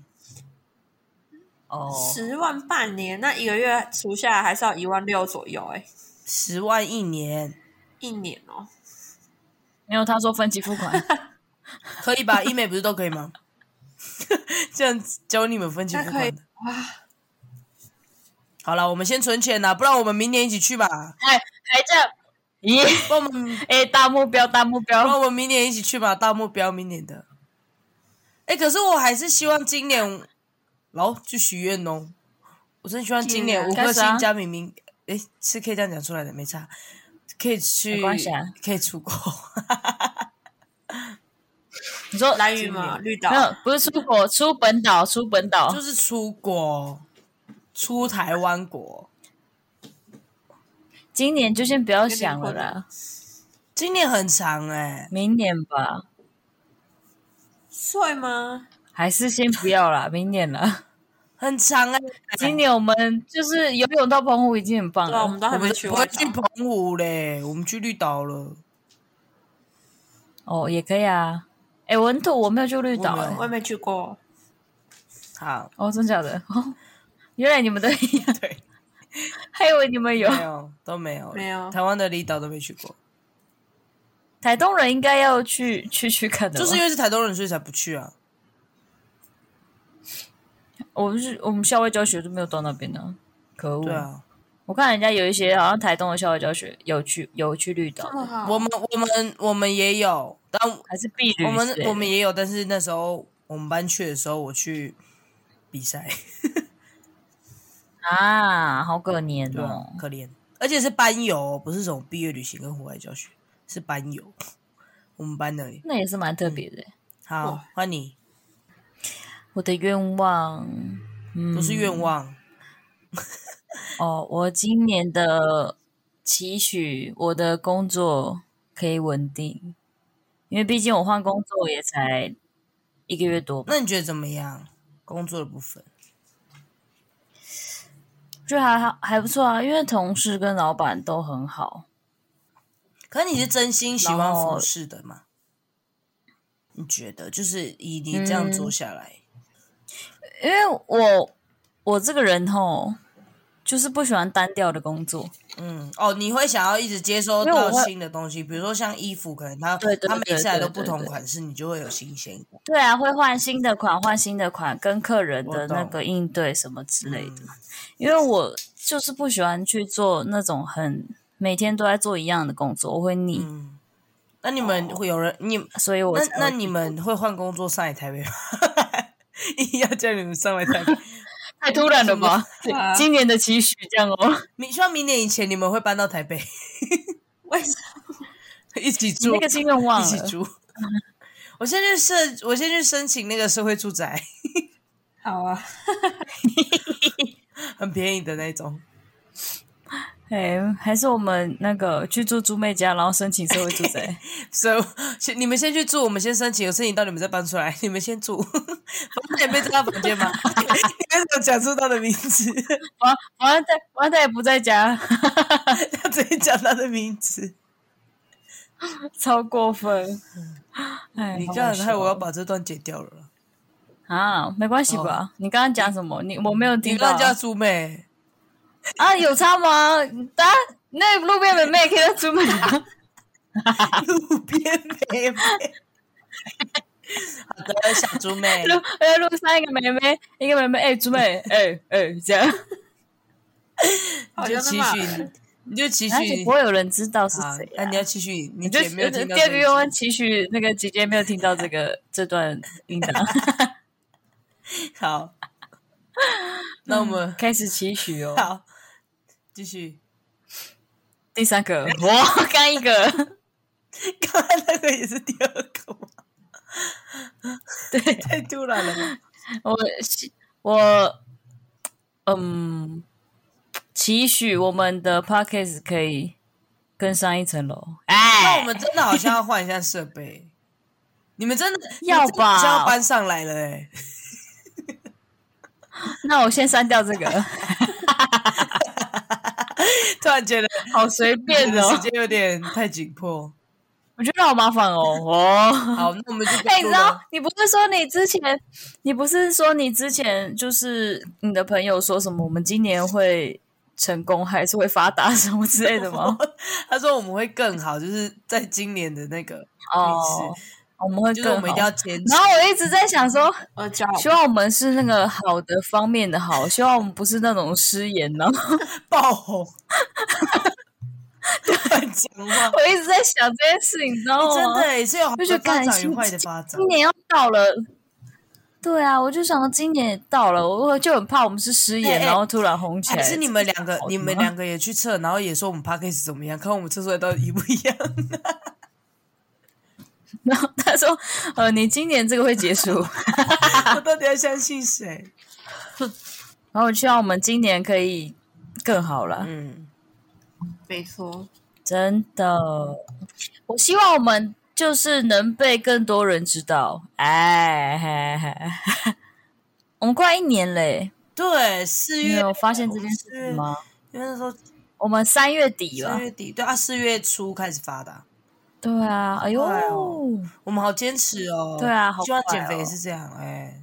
Speaker 2: 哦，
Speaker 1: 十万半年，那一个月除下来还是要一万六左右、欸，哎，
Speaker 2: 十万一年
Speaker 1: 一年哦、
Speaker 3: 没有，他说分期付款。
Speaker 2: 可以吧？医美不是都可以吗？ 这样子教你们分期付
Speaker 1: 那可以
Speaker 2: 款的。好了，我们先存钱呐，不然我们明年一起去吧。
Speaker 3: 还还这样，咦？
Speaker 2: 不然我们
Speaker 3: 哎、大目标，大目
Speaker 2: 然后
Speaker 3: 标，
Speaker 2: 我们明年一起去吧，大目标明年的。哎、可是我还是希望今年，老去许愿哦。我真希望今年
Speaker 1: 今年
Speaker 2: 五颗
Speaker 3: 开始啊
Speaker 2: 星加明明，哎、是可以这样讲出来的，没差，可以去，
Speaker 3: 没关系啊
Speaker 2: 可以出国。
Speaker 3: 你说
Speaker 1: 蓝雨嘛，绿岛
Speaker 3: 没有，不是出国，出本岛，出本 岛，
Speaker 2: 就是出国，出台湾国。
Speaker 3: 今年就先不要想了啦，
Speaker 2: 今年很长哎、
Speaker 3: 明年吧，
Speaker 1: 帅吗？
Speaker 3: 还是先不要啦，明年啦。
Speaker 2: 很长哎、
Speaker 3: 今年我们就是游泳到澎湖已经很棒
Speaker 1: 对啊，我们
Speaker 3: 了，
Speaker 1: 都还
Speaker 2: 嗯我
Speaker 1: 没
Speaker 2: 们
Speaker 1: 去
Speaker 2: 不会
Speaker 1: 完。
Speaker 2: 去澎湖嘞，我们去绿岛了。
Speaker 3: 哦，也可以啊。哎，文土我没有去绿岛、
Speaker 2: 我没有
Speaker 3: 欸，
Speaker 1: 我也没去过。
Speaker 2: 好，
Speaker 3: 哦，真假的？哦，原来你们都一样，
Speaker 2: 对，
Speaker 3: 还以为你们有
Speaker 2: 没有都没有，
Speaker 1: 没有
Speaker 2: 台湾的离岛都没去过，
Speaker 3: 台东人应该要去去去看的吧，
Speaker 2: 就是因为是台东人，所以才不去啊。
Speaker 3: 我们是我们校外教学都没有到那边呢、可恶！
Speaker 2: 对啊，
Speaker 3: 我看人家有一些好像台东的校外教学有去有去绿岛
Speaker 1: 这么
Speaker 3: 的，
Speaker 1: 好，啊
Speaker 2: 我们我们我们也有，但
Speaker 3: 还是避旅
Speaker 2: 我们
Speaker 3: 之类的
Speaker 2: 我们也有，但是那时候我们班去的时候，我去比赛，
Speaker 3: 啊，好可怜
Speaker 2: 对啊
Speaker 3: 哦，，
Speaker 2: 可怜，而且是班游，哦不是什么毕业旅行跟户外教学，是班游，我们班的。
Speaker 3: 那也是蛮特别的。
Speaker 2: 好，换你，
Speaker 3: 我的愿望，嗯，
Speaker 2: 不是愿望，
Speaker 3: 哦，我今年的期许，我的工作可以稳定，因为毕竟我换工作也才一个月多吧，
Speaker 2: 那你觉得怎么样？工作的部分，
Speaker 3: 就还好还不错啊，因为同事跟老板都很好，
Speaker 2: 可你是真心喜欢
Speaker 3: 然后
Speaker 2: 服饰的吗？你觉得，就是以你这
Speaker 3: 嗯
Speaker 2: 样做下来，
Speaker 3: 因为我我这个人吼，就是不喜欢单调的工作，
Speaker 2: 嗯，哦，你会想要一直接收
Speaker 3: 因为
Speaker 2: 到
Speaker 3: 我会
Speaker 2: 新的东西，比如说像衣服，可能它
Speaker 3: 对对
Speaker 2: 它每
Speaker 3: 对
Speaker 2: 次来
Speaker 3: 对
Speaker 2: 都不
Speaker 3: 对
Speaker 2: 同
Speaker 3: 对
Speaker 2: 款式，你就会有新鲜感。
Speaker 3: 对啊，会换新的款，换新的款，跟客人的那
Speaker 2: 我懂
Speaker 3: 个应对什么之类的。因为我就是不喜欢去做那种很每天都在做一样的工作，我会腻，
Speaker 2: 嗯，那你们会有人你
Speaker 3: 所哦以我
Speaker 2: 那
Speaker 3: 才
Speaker 2: 那
Speaker 3: 会
Speaker 2: 你们会换工作上来台北吗？ 一定要叫你们上来 台北，
Speaker 3: 太突然了 吧？
Speaker 1: 对啊
Speaker 3: 今年的期许这样哦，
Speaker 2: 明希望明年以前你们会搬到台北
Speaker 1: 为什
Speaker 2: 一起
Speaker 3: 你
Speaker 2: 住
Speaker 3: 那，个是愿望
Speaker 2: 一起
Speaker 3: 了。
Speaker 2: 住。 我先去申，我先去申请那个社会住宅，
Speaker 1: 么好啊？
Speaker 2: 很便宜的那种。
Speaker 3: 哎，还是我们那个去住猪妹家，然后申请社会住宅。
Speaker 2: 所以先你们先去住，我们先申请，有申请到你们再搬出来。 你们先住，反正也没知道房间嘛。你为什么讲出他的名字？
Speaker 3: 王王太王太也不在家，
Speaker 2: 他直接讲他的名字，
Speaker 3: 超过分。哎，
Speaker 2: 嗯你
Speaker 3: 好
Speaker 2: 这样
Speaker 3: 好笑
Speaker 2: 害我要把这段剪掉了啦。
Speaker 3: 啊，没关系吧？你刚刚讲什么？你我没有
Speaker 2: 哦你
Speaker 3: 听到
Speaker 2: 乱叫猪妹，
Speaker 3: 啊？有差吗？大家那路边妹妹也可以在出门啊。
Speaker 2: 路边妹妹。好的，小猪妹，
Speaker 3: 路呃路上一个妹妹，一个妹妹，哎、欸，猪 妹，哎、哎、这 样，
Speaker 1: 好
Speaker 2: 你就
Speaker 1: 像在
Speaker 2: 期
Speaker 1: 骂
Speaker 2: 许
Speaker 1: 人，
Speaker 2: 你就期许
Speaker 3: 而且不会有人知道是
Speaker 2: 啊
Speaker 3: 谁、，
Speaker 2: 那
Speaker 3: 啊。
Speaker 2: 你要期许你
Speaker 3: 你就呃
Speaker 2: 姐没有听到
Speaker 3: 第
Speaker 2: 这一
Speaker 3: 二个
Speaker 2: 集。
Speaker 3: 愿望，期许那个姐姐没有听到这个 这段 音档，
Speaker 2: 好，那我们
Speaker 3: 开始期许哦。
Speaker 2: 嗯好继续。
Speaker 3: 第 三个，哇，刚一个，
Speaker 2: 刚才那个也是第二个吗？
Speaker 3: 对
Speaker 2: 太突然了吧。
Speaker 3: 我我嗯，期许我们的 podcast 可以更上一层楼。
Speaker 2: 那我
Speaker 3: 哎，
Speaker 2: 们真的好像要换一下设备，你们真的
Speaker 3: 要吧
Speaker 2: 你们真的好像要搬上来了哎、
Speaker 3: 那我先删掉这 个，
Speaker 2: 突然觉得
Speaker 3: 好随便
Speaker 2: 的
Speaker 3: 哦
Speaker 2: 时，间有点太紧迫。
Speaker 3: 我觉得好麻烦哦。哦，
Speaker 2: 好，那我们就不
Speaker 3: 哎、你
Speaker 2: 说
Speaker 3: 知道
Speaker 2: 了，
Speaker 3: 你不是说你之前，你不是说你之前就是你的朋友说什么，我们今年会成功还是会发达什么之类的 吗？
Speaker 2: 他说我们会更好，就是在今年的那个，
Speaker 3: 哦，我们会
Speaker 2: 就是
Speaker 3: 更
Speaker 2: 我
Speaker 3: 好
Speaker 2: 们一定。要坚持
Speaker 3: 然。后我一直在想说，
Speaker 1: 我教
Speaker 3: 希望我们是那个好的方面的好，希望我们不是那种失言呢、
Speaker 2: 爆红， 乱讲话，
Speaker 3: 我一直在想这件事，你知道吗？
Speaker 2: 真的欸是有好
Speaker 3: 哦就觉
Speaker 2: 的
Speaker 3: 得
Speaker 2: 发
Speaker 3: 干
Speaker 2: 展与
Speaker 3: 新
Speaker 2: 坏的发展
Speaker 3: 今。年要到了，对啊，我就想到今年也到了，我我就很怕我们是失言，
Speaker 2: 哎哎
Speaker 3: 然后突然红起
Speaker 2: 还
Speaker 3: 来。
Speaker 2: 是你们两个
Speaker 3: 好，的
Speaker 2: 你们
Speaker 3: 吗
Speaker 2: 两个也去测，然后也说我们 p a c k a g e 怎么样，看我们测出来到底一不一样。
Speaker 3: 然后 他说：“呃，你今年这个会结束。
Speaker 2: 我到底要相信谁？”
Speaker 3: 然后我希望我们今年可以更好了，
Speaker 2: 嗯，
Speaker 1: 没错，
Speaker 3: 真的。我希望我们就是能被更多人知道。哎，嘿嘿我们快一年嘞，
Speaker 2: 对，四
Speaker 3: 你
Speaker 2: 月，
Speaker 3: 有发现这件事情吗？
Speaker 2: 因为那时候
Speaker 3: 我们三月底
Speaker 2: 三
Speaker 3: 吧。
Speaker 2: 月底，对啊，四月初开始发的啊。
Speaker 3: 对啊，哎呦，
Speaker 2: 对哦我们好坚持哦。
Speaker 3: 对啊好
Speaker 2: 希望
Speaker 3: 快
Speaker 2: 减肥也
Speaker 3: 哦
Speaker 2: 是这样 哎。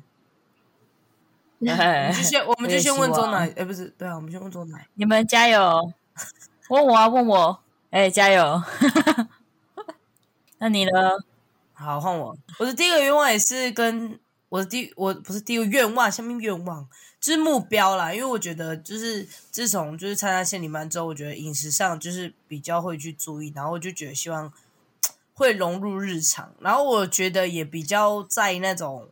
Speaker 3: 哎
Speaker 2: 你就先，我们
Speaker 3: 我
Speaker 2: 就
Speaker 3: 也
Speaker 2: 先
Speaker 3: 希
Speaker 2: 问周
Speaker 3: 望
Speaker 2: 奶，哎，不是，对啊，我们先问周奶。
Speaker 3: 哎你们加油！问我啊，问我，哎、加油！ 那你呢？
Speaker 2: 好，换我。我的第一个愿望也是跟我的第我不是第一个愿望，下面愿望就是目标啦。因为我觉得就是自从就是参加县里班之后，我觉得饮食上就是比较会去注意，然后我就觉得希望会融入日常，然后我觉得也比较在那种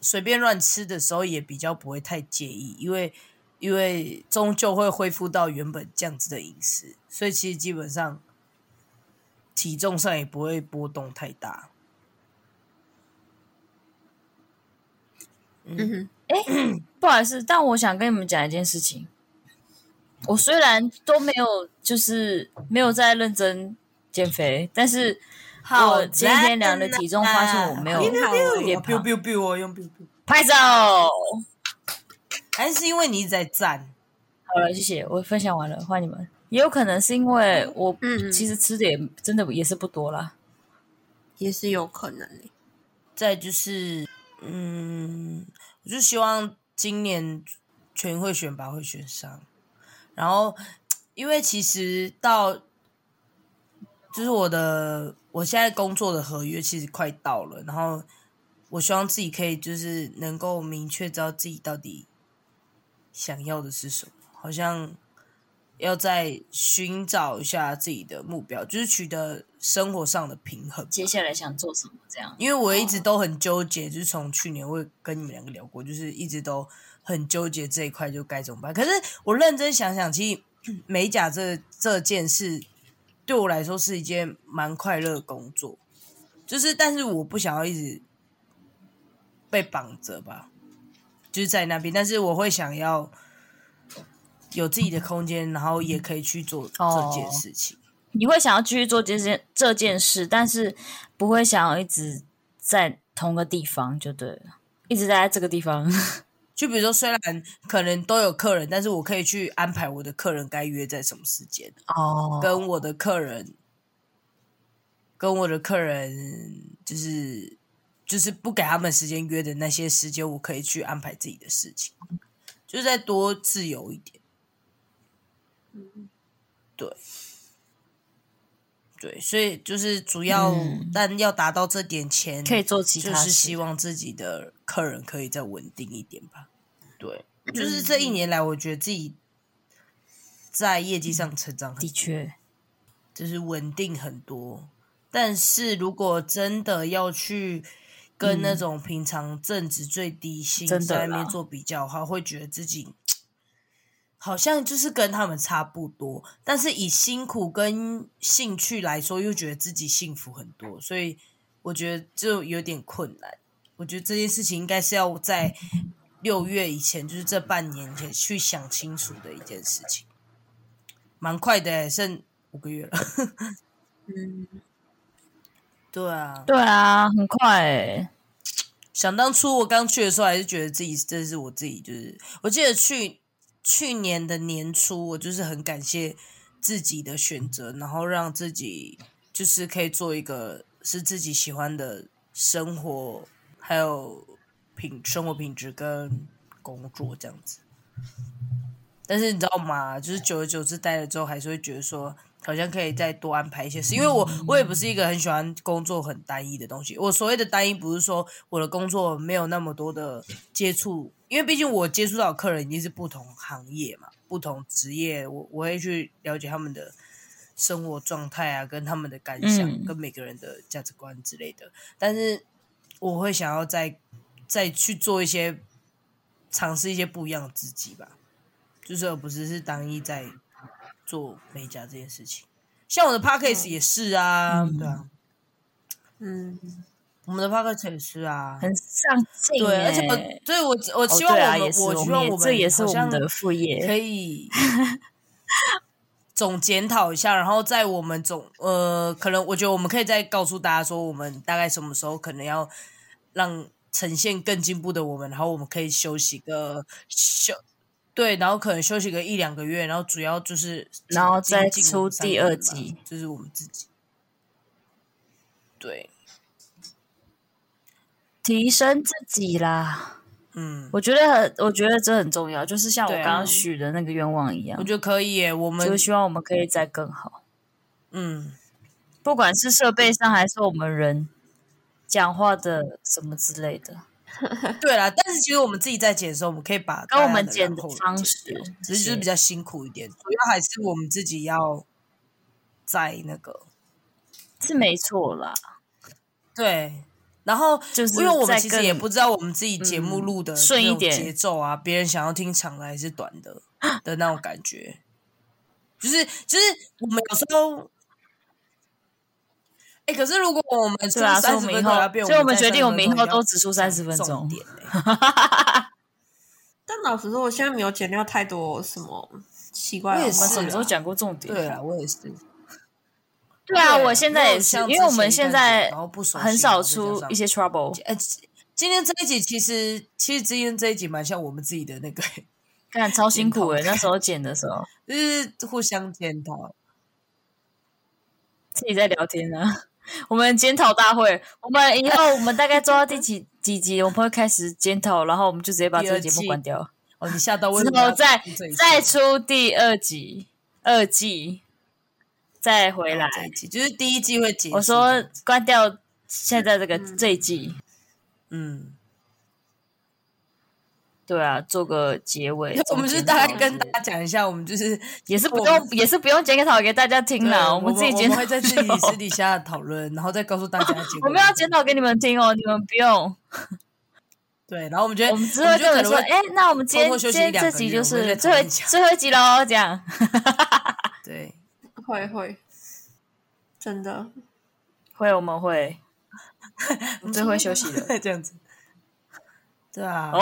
Speaker 2: 随便乱吃的时候也比较不会太介意，因为因为终究会恢复到原本这样子的饮食，所以其实基本上体重上也不会波动太大。
Speaker 1: 嗯哼，
Speaker 3: 不好意思，但我想跟你们讲一件事情。我虽然都没有，就是没有在认真减肥，但是我今天量的体重，发现我没有
Speaker 1: 好赞啊
Speaker 3: 变
Speaker 2: ，biu
Speaker 3: 胖。
Speaker 2: biu biu 哦，用 biu biu，
Speaker 3: 拍照，
Speaker 2: 还是因为你一直在站，
Speaker 3: 好了，谢谢，我分享完了，换你们。也有可能是因为我
Speaker 1: 嗯
Speaker 3: 其实吃的也真的也是不多啦。
Speaker 1: 也是有可能欸的。
Speaker 2: 再就是，嗯，我就希望今年全运会选拔会选上，然后因为其实到就是我的我现在工作的合约其实快到了，然后我希望自己可以就是能够明确知道自己到底想要的是什么，好像要再寻找一下自己的目标，就是取得生活上的平衡吧。
Speaker 3: 接下来想做什么？这样，
Speaker 2: 因为我一直都很纠结，就是从去年我也跟你们两个聊过，就是一直都很纠结这一块就该怎么办。可是我认真想想，其实 美甲这这件事对我来说是一件蛮快乐的工作，就是但是我不想要一直被绑着吧，就是在那边，但是我会想要有自己的空间，然后也可以去做这件事情。
Speaker 3: 你会想要继续做这件这件事，但是不会想要一直在同个地方，就对了，一直待在这个地方。
Speaker 2: 就比如说，虽然可能都有客人，但是我可以去安排我的客人该约在什么时间，
Speaker 3: 哦
Speaker 2: 跟我的客人，跟我的客人就是就是不给他们时间约的那些时间，我可以去安排自己的事情，就是再多自由一点。
Speaker 3: 嗯
Speaker 2: 对，对，所以就是主要，
Speaker 3: 嗯
Speaker 2: 但要达到这点前，
Speaker 3: 可以做其
Speaker 2: 就
Speaker 3: 他
Speaker 2: 是希
Speaker 3: 事。
Speaker 2: 望自己的客人可以再稳定一点吧。对，就是这一年来，我觉得自己在业绩上成长很
Speaker 3: 的确，
Speaker 2: 就是稳定很多。但是如果真的要去跟那种平常正值最低薪
Speaker 3: 嗯真的
Speaker 2: 在那边
Speaker 3: 啦
Speaker 2: 做比较的话，会觉得自己好像就是跟他们差不多，但是以辛苦跟兴趣来说，又觉得自己幸福很多，所以我觉得就有点困难。我觉得这件事情应该是要在六月以前，就是这半年前去想清楚的一件事情，蛮快的欸，剩五个月了。
Speaker 1: 嗯，
Speaker 2: 对啊，啊
Speaker 3: 对啊，很快、欸。
Speaker 2: 想当初我刚去的时候，还是觉得自己这是我自己，就是我记得去去年的年初，我就是很感谢自己的选择，然后让自己就是可以做一个是自己喜欢的生活，还有品生活品质跟工作这样子。但是你知道吗？就是久而久之待了之后，还是会觉得说，好像可以再多安排一些事。因为我我也不是一个很喜欢工作很单一的东西。我所谓的单一，不是说我的工作没有那么多的接触，因为毕竟我接触到的客人已经是不同行业嘛，不同职业，我我会去了解他们的生活状态啊，跟他们的感想，
Speaker 3: 嗯
Speaker 2: 跟每个人的价值观之类的。但是我会想要再再去做一些尝试一些不一样的自己吧。就是而不是是单一在做美甲这件事情。像我的 p a c k a g e 也是啊，
Speaker 3: 嗯
Speaker 2: 对啊，
Speaker 1: 嗯，
Speaker 2: 我们的 p a c k a g e 也是啊，
Speaker 3: 很上进、欸。
Speaker 2: 对，而且我，对我我
Speaker 3: 哦
Speaker 2: 希望
Speaker 3: 对啊
Speaker 2: 我们，
Speaker 3: 也是
Speaker 2: 我
Speaker 3: 我
Speaker 2: 希
Speaker 3: 们
Speaker 2: 望
Speaker 3: 也
Speaker 2: 我们
Speaker 3: 这也是
Speaker 2: 好
Speaker 3: 我们
Speaker 2: 像
Speaker 3: 的副业。
Speaker 2: 可以总检讨一下，然后在我们总呃，可能我觉得我们可以再告诉大家说，我们大概什么时候可能要让呈现更进步的我们，然后我们可以休息个休。对，然后可能休息个一两个月，然后主要就是精，
Speaker 3: 然后再
Speaker 2: 精进
Speaker 3: 出
Speaker 2: 我们三个
Speaker 3: 第二
Speaker 2: 人吧
Speaker 3: 季，
Speaker 2: 就是我们自己。对，
Speaker 3: 提升自己啦。
Speaker 2: 嗯，
Speaker 3: 我觉得，我觉得这很重要，就是像我
Speaker 2: 对啊
Speaker 3: 刚刚许的那个愿望一样
Speaker 2: 我，觉得可以耶。我
Speaker 3: 就
Speaker 2: 们
Speaker 3: 希望我们可以再更好，
Speaker 2: 嗯，
Speaker 3: 不管是设备上还是我们人讲话的什么之类的，
Speaker 2: 对啦，但是其实我们自己在剪的时候，我们可以把
Speaker 3: 跟我们
Speaker 2: 剪
Speaker 3: 剪的方式，
Speaker 2: 只是就是比较辛苦一点，主要还是我们自己要在那个
Speaker 3: 是没错啦，
Speaker 2: 对，然后
Speaker 3: 就是
Speaker 2: 因为我们
Speaker 3: 再
Speaker 2: 其实
Speaker 3: 更
Speaker 2: 也不知道我们自己节目录的
Speaker 3: 嗯顺一点
Speaker 2: 那种节奏啊，别人想要听长的还是短 的的那种感觉，就是就是我们有时候。哎、可是如果我们出
Speaker 3: 对啊，所以
Speaker 2: 三
Speaker 3: 我
Speaker 2: 十
Speaker 3: 们以
Speaker 2: 分
Speaker 3: 后
Speaker 2: 钟，要变，
Speaker 3: 所以我们
Speaker 2: 在
Speaker 3: 决定我们以
Speaker 2: 30分钟
Speaker 3: 后
Speaker 2: 要
Speaker 3: 都只出三十分
Speaker 2: 重
Speaker 3: 钟，
Speaker 2: 点欸
Speaker 1: 但老实说，我现在没有剪掉太多什么奇怪的
Speaker 2: 我
Speaker 1: 话。
Speaker 2: 也
Speaker 3: 我们
Speaker 2: 是
Speaker 3: 什么时候
Speaker 2: 啊
Speaker 3: 讲过重点？
Speaker 2: 对啊，我也是。
Speaker 3: 对啊，
Speaker 2: 对
Speaker 3: 我现在也是，因为我们现在很少出一些 trouble，
Speaker 2: 呃，今今天这一集其实其实今天这一集蛮像我们自己的那个，
Speaker 3: 干超辛苦欸诶、那时候剪的时候
Speaker 2: 就是互相检讨。
Speaker 3: 自己在聊天呢、我们检讨大会，我们以后我们大概做到 第几几集，我们会开始检讨，然后我们就直接把这个节目关掉，
Speaker 2: 哦，你吓到我
Speaker 3: 之
Speaker 2: 以为要
Speaker 3: 后再
Speaker 2: 听这一集
Speaker 3: 再出第二集、二季，再回来。
Speaker 2: 这一集，就是第一季会结束。
Speaker 3: 我说关掉现在这个这一季，
Speaker 2: 嗯，
Speaker 3: 对啊，做个结尾。
Speaker 2: 我们就是
Speaker 3: 总
Speaker 2: 大
Speaker 3: 检讨
Speaker 2: 概跟大家讲一下，我们就是
Speaker 3: 也是不
Speaker 2: 我
Speaker 3: 用
Speaker 2: 们，
Speaker 3: 也是不用检讨给大家听
Speaker 2: 对
Speaker 3: 了，
Speaker 2: 我
Speaker 3: 啊们自己
Speaker 2: 我
Speaker 3: 检
Speaker 2: 们
Speaker 3: 讨。哦
Speaker 2: 会在自己私底下讨论，然后再告诉大家结果。
Speaker 3: 我们要检讨给你们听哦，你们不用，
Speaker 2: 对，然后我们觉得
Speaker 3: 我们只会
Speaker 2: 就
Speaker 3: 跟
Speaker 2: 可
Speaker 3: 你
Speaker 2: 能
Speaker 3: 说，
Speaker 2: 会
Speaker 3: 哎，那我们今
Speaker 2: 偷偷
Speaker 3: 天
Speaker 2: 休
Speaker 3: 今
Speaker 2: 息
Speaker 3: 天
Speaker 2: 两
Speaker 3: 这
Speaker 2: 个
Speaker 3: 集
Speaker 2: 月
Speaker 3: 就
Speaker 2: 我们再
Speaker 3: 是
Speaker 2: 讨
Speaker 3: 最后
Speaker 2: 论
Speaker 3: 一
Speaker 2: 一下
Speaker 3: 最后一集喽，这样。
Speaker 2: 对。
Speaker 1: 啊 会会，真的
Speaker 3: 会，我 们会，我们最会休息的。
Speaker 2: 了，这样子。对啊，
Speaker 3: 哦，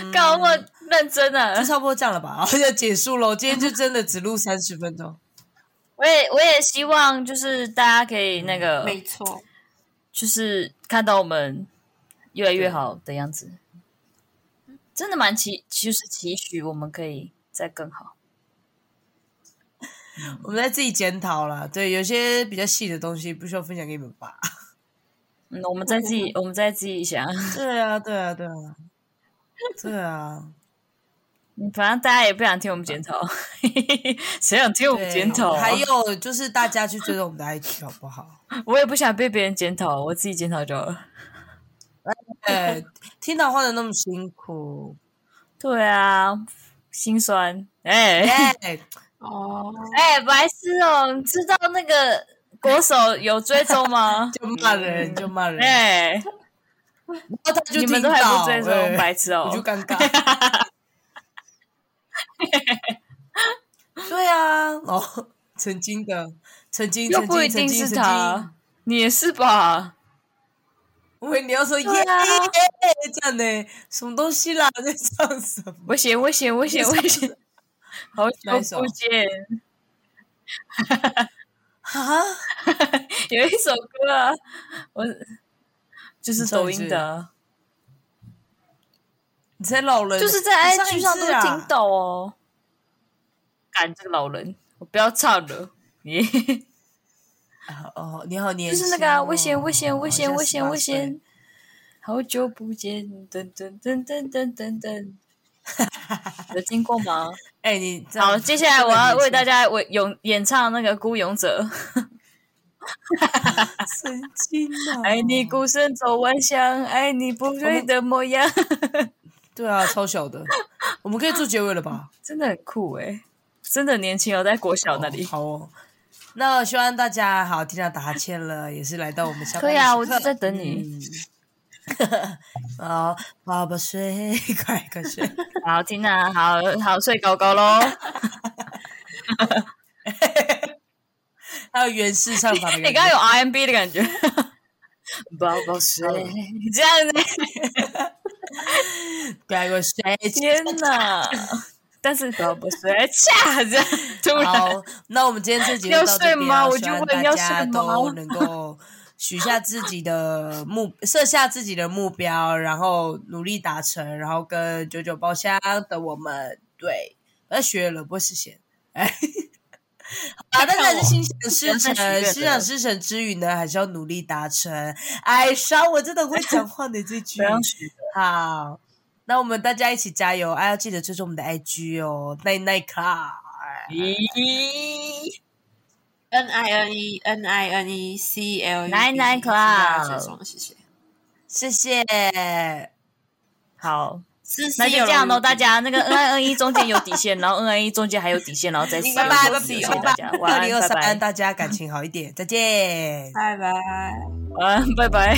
Speaker 2: 嗯
Speaker 3: 干嘛那么认真啊呢
Speaker 2: 就？差不多这样了吧， 然后就结束喽。今天就真的只录三十分钟，
Speaker 3: 我也我也希望就是大家可以那个，
Speaker 1: 没错。
Speaker 3: 就是看到我们越来越好的样子，真的蛮期，就是期许我们可以再更好。
Speaker 2: 我们在自己检讨啦。对，有些比较细的东西不需要分享给你们吧。
Speaker 3: 嗯，我们再自己，我们再自己想。
Speaker 2: 对啊，对啊，对啊，对啊，
Speaker 3: 嗯反正大家也不想听我们检讨， 谁想听我们
Speaker 2: 对
Speaker 3: 检讨、啊？
Speaker 2: 还有就是大家去追踪我们的 IG 好不好？
Speaker 3: 我也不想被别人检讨，我自己检讨就好了。
Speaker 2: 对，听到花的那么辛苦，
Speaker 3: 对啊，心酸。哎、
Speaker 2: 哎，
Speaker 1: 哦，
Speaker 3: 哎、白痴哦，你知道那个国手有追踪吗
Speaker 2: ？就骂人就骂人，然
Speaker 3: 哎、
Speaker 2: 后他就
Speaker 3: 你们
Speaker 2: 听
Speaker 3: 都还不
Speaker 2: 到，
Speaker 3: 追踪，
Speaker 2: 哎
Speaker 3: 白痴哦
Speaker 2: 我！就尴尬。 对啊，哦，曾经的，曾经，
Speaker 3: 又
Speaker 2: 曾
Speaker 3: 不一
Speaker 2: 经，曾
Speaker 3: 定
Speaker 2: 经，曾
Speaker 3: 是
Speaker 2: 经
Speaker 3: 他，，你也是吧？
Speaker 2: 我以为你要说耶
Speaker 3: 对啊
Speaker 2: 这样呢，什么东西啦， 在唱什么？
Speaker 3: 危险，危险，危险，危险！ 好
Speaker 2: 哪一
Speaker 3: 久
Speaker 2: 首
Speaker 3: 不见，
Speaker 2: 啊，
Speaker 3: 有一首歌啊，我就是
Speaker 2: 你唱
Speaker 3: 抖
Speaker 2: 一次
Speaker 3: 音的啊，
Speaker 2: 你才老人，
Speaker 3: 就是在
Speaker 2: 你上
Speaker 3: IG
Speaker 2: 一
Speaker 3: 呃上都
Speaker 2: 次啊
Speaker 3: 听到哦。赶这个老人，我不要唱了。耶，
Speaker 2: 啊哦，你好年
Speaker 3: 就
Speaker 2: 轻哦，哦
Speaker 3: 是那个啊，危险，危险，危险，
Speaker 2: 好
Speaker 3: 危
Speaker 2: 像
Speaker 3: 险，危
Speaker 2: 18岁
Speaker 3: 险！好久不见，噔噔噔噔噔噔 噔，有听过吗？
Speaker 2: 哎、你这样
Speaker 3: 好，接下来我要为大
Speaker 2: 家
Speaker 3: 家为咏演唱那个《孤勇者》。
Speaker 2: 神经哦啊！
Speaker 3: 爱你孤身走万象，爱你不累的模样，
Speaker 2: 对啊，超小的，我们可以做结尾了吧？
Speaker 3: 真的很酷诶、真的年轻哦，在国小那里。
Speaker 2: 哦好哦。那希望大家好，听到打哈欠了，也是来到我们下班
Speaker 3: 可以啊，
Speaker 2: 时
Speaker 3: 我就
Speaker 2: 刻
Speaker 3: 在等你。
Speaker 2: 嗯 好，宝宝睡， 快快睡。
Speaker 3: 好听啊，好好睡高高 喽。
Speaker 2: 还有原式唱法的
Speaker 3: 你
Speaker 2: 感
Speaker 3: 哎刚刚
Speaker 2: 觉。
Speaker 3: 有 RMB 的感 觉，宝宝睡，这样 子，
Speaker 2: 快快睡。
Speaker 3: 天哪！ 但是宝宝 睡，恰这样突然
Speaker 2: 好，那我们今天这集就到这边
Speaker 3: 要睡吗
Speaker 2: 啊，
Speaker 3: 我
Speaker 2: 希
Speaker 3: 就
Speaker 2: 望
Speaker 3: 问
Speaker 2: 大
Speaker 3: 要
Speaker 2: 家
Speaker 3: 睡吗
Speaker 2: 都能够许下自己的目，设下自己的目标，然后努力达成，然后跟九九包厢的我们对，不要学了，不是闲。哎， 好，但是还是心想事
Speaker 3: 不要再许愿
Speaker 2: 成，
Speaker 3: 了
Speaker 2: 心想事成之余呢，还是要努力达成。哎，少我真的会讲话的这句
Speaker 3: 不。要学
Speaker 2: 好，那我们大家一起加油！哎、要记得追踪我们的 IG 哦，奈奈卡。
Speaker 3: 咦，
Speaker 1: N I N E N I N E C L U，
Speaker 3: Nine Nine Club
Speaker 1: 谢谢。
Speaker 2: 谢谢，
Speaker 3: 好，
Speaker 1: 是
Speaker 3: 那
Speaker 1: C
Speaker 3: 就
Speaker 1: 有
Speaker 3: 这样喽，
Speaker 1: 龙
Speaker 3: 大家那个 N I N 一中间有底线，然后 N I 一中间还有底线，然后再 C
Speaker 1: 拜拜
Speaker 3: 有底线谢谢
Speaker 1: 拜拜
Speaker 3: 大家，晚
Speaker 2: 二零二
Speaker 3: 安，拜
Speaker 2: 三
Speaker 3: 拜，
Speaker 2: 大家感情好一点，再见。
Speaker 1: 拜拜。
Speaker 3: 晚安，拜拜。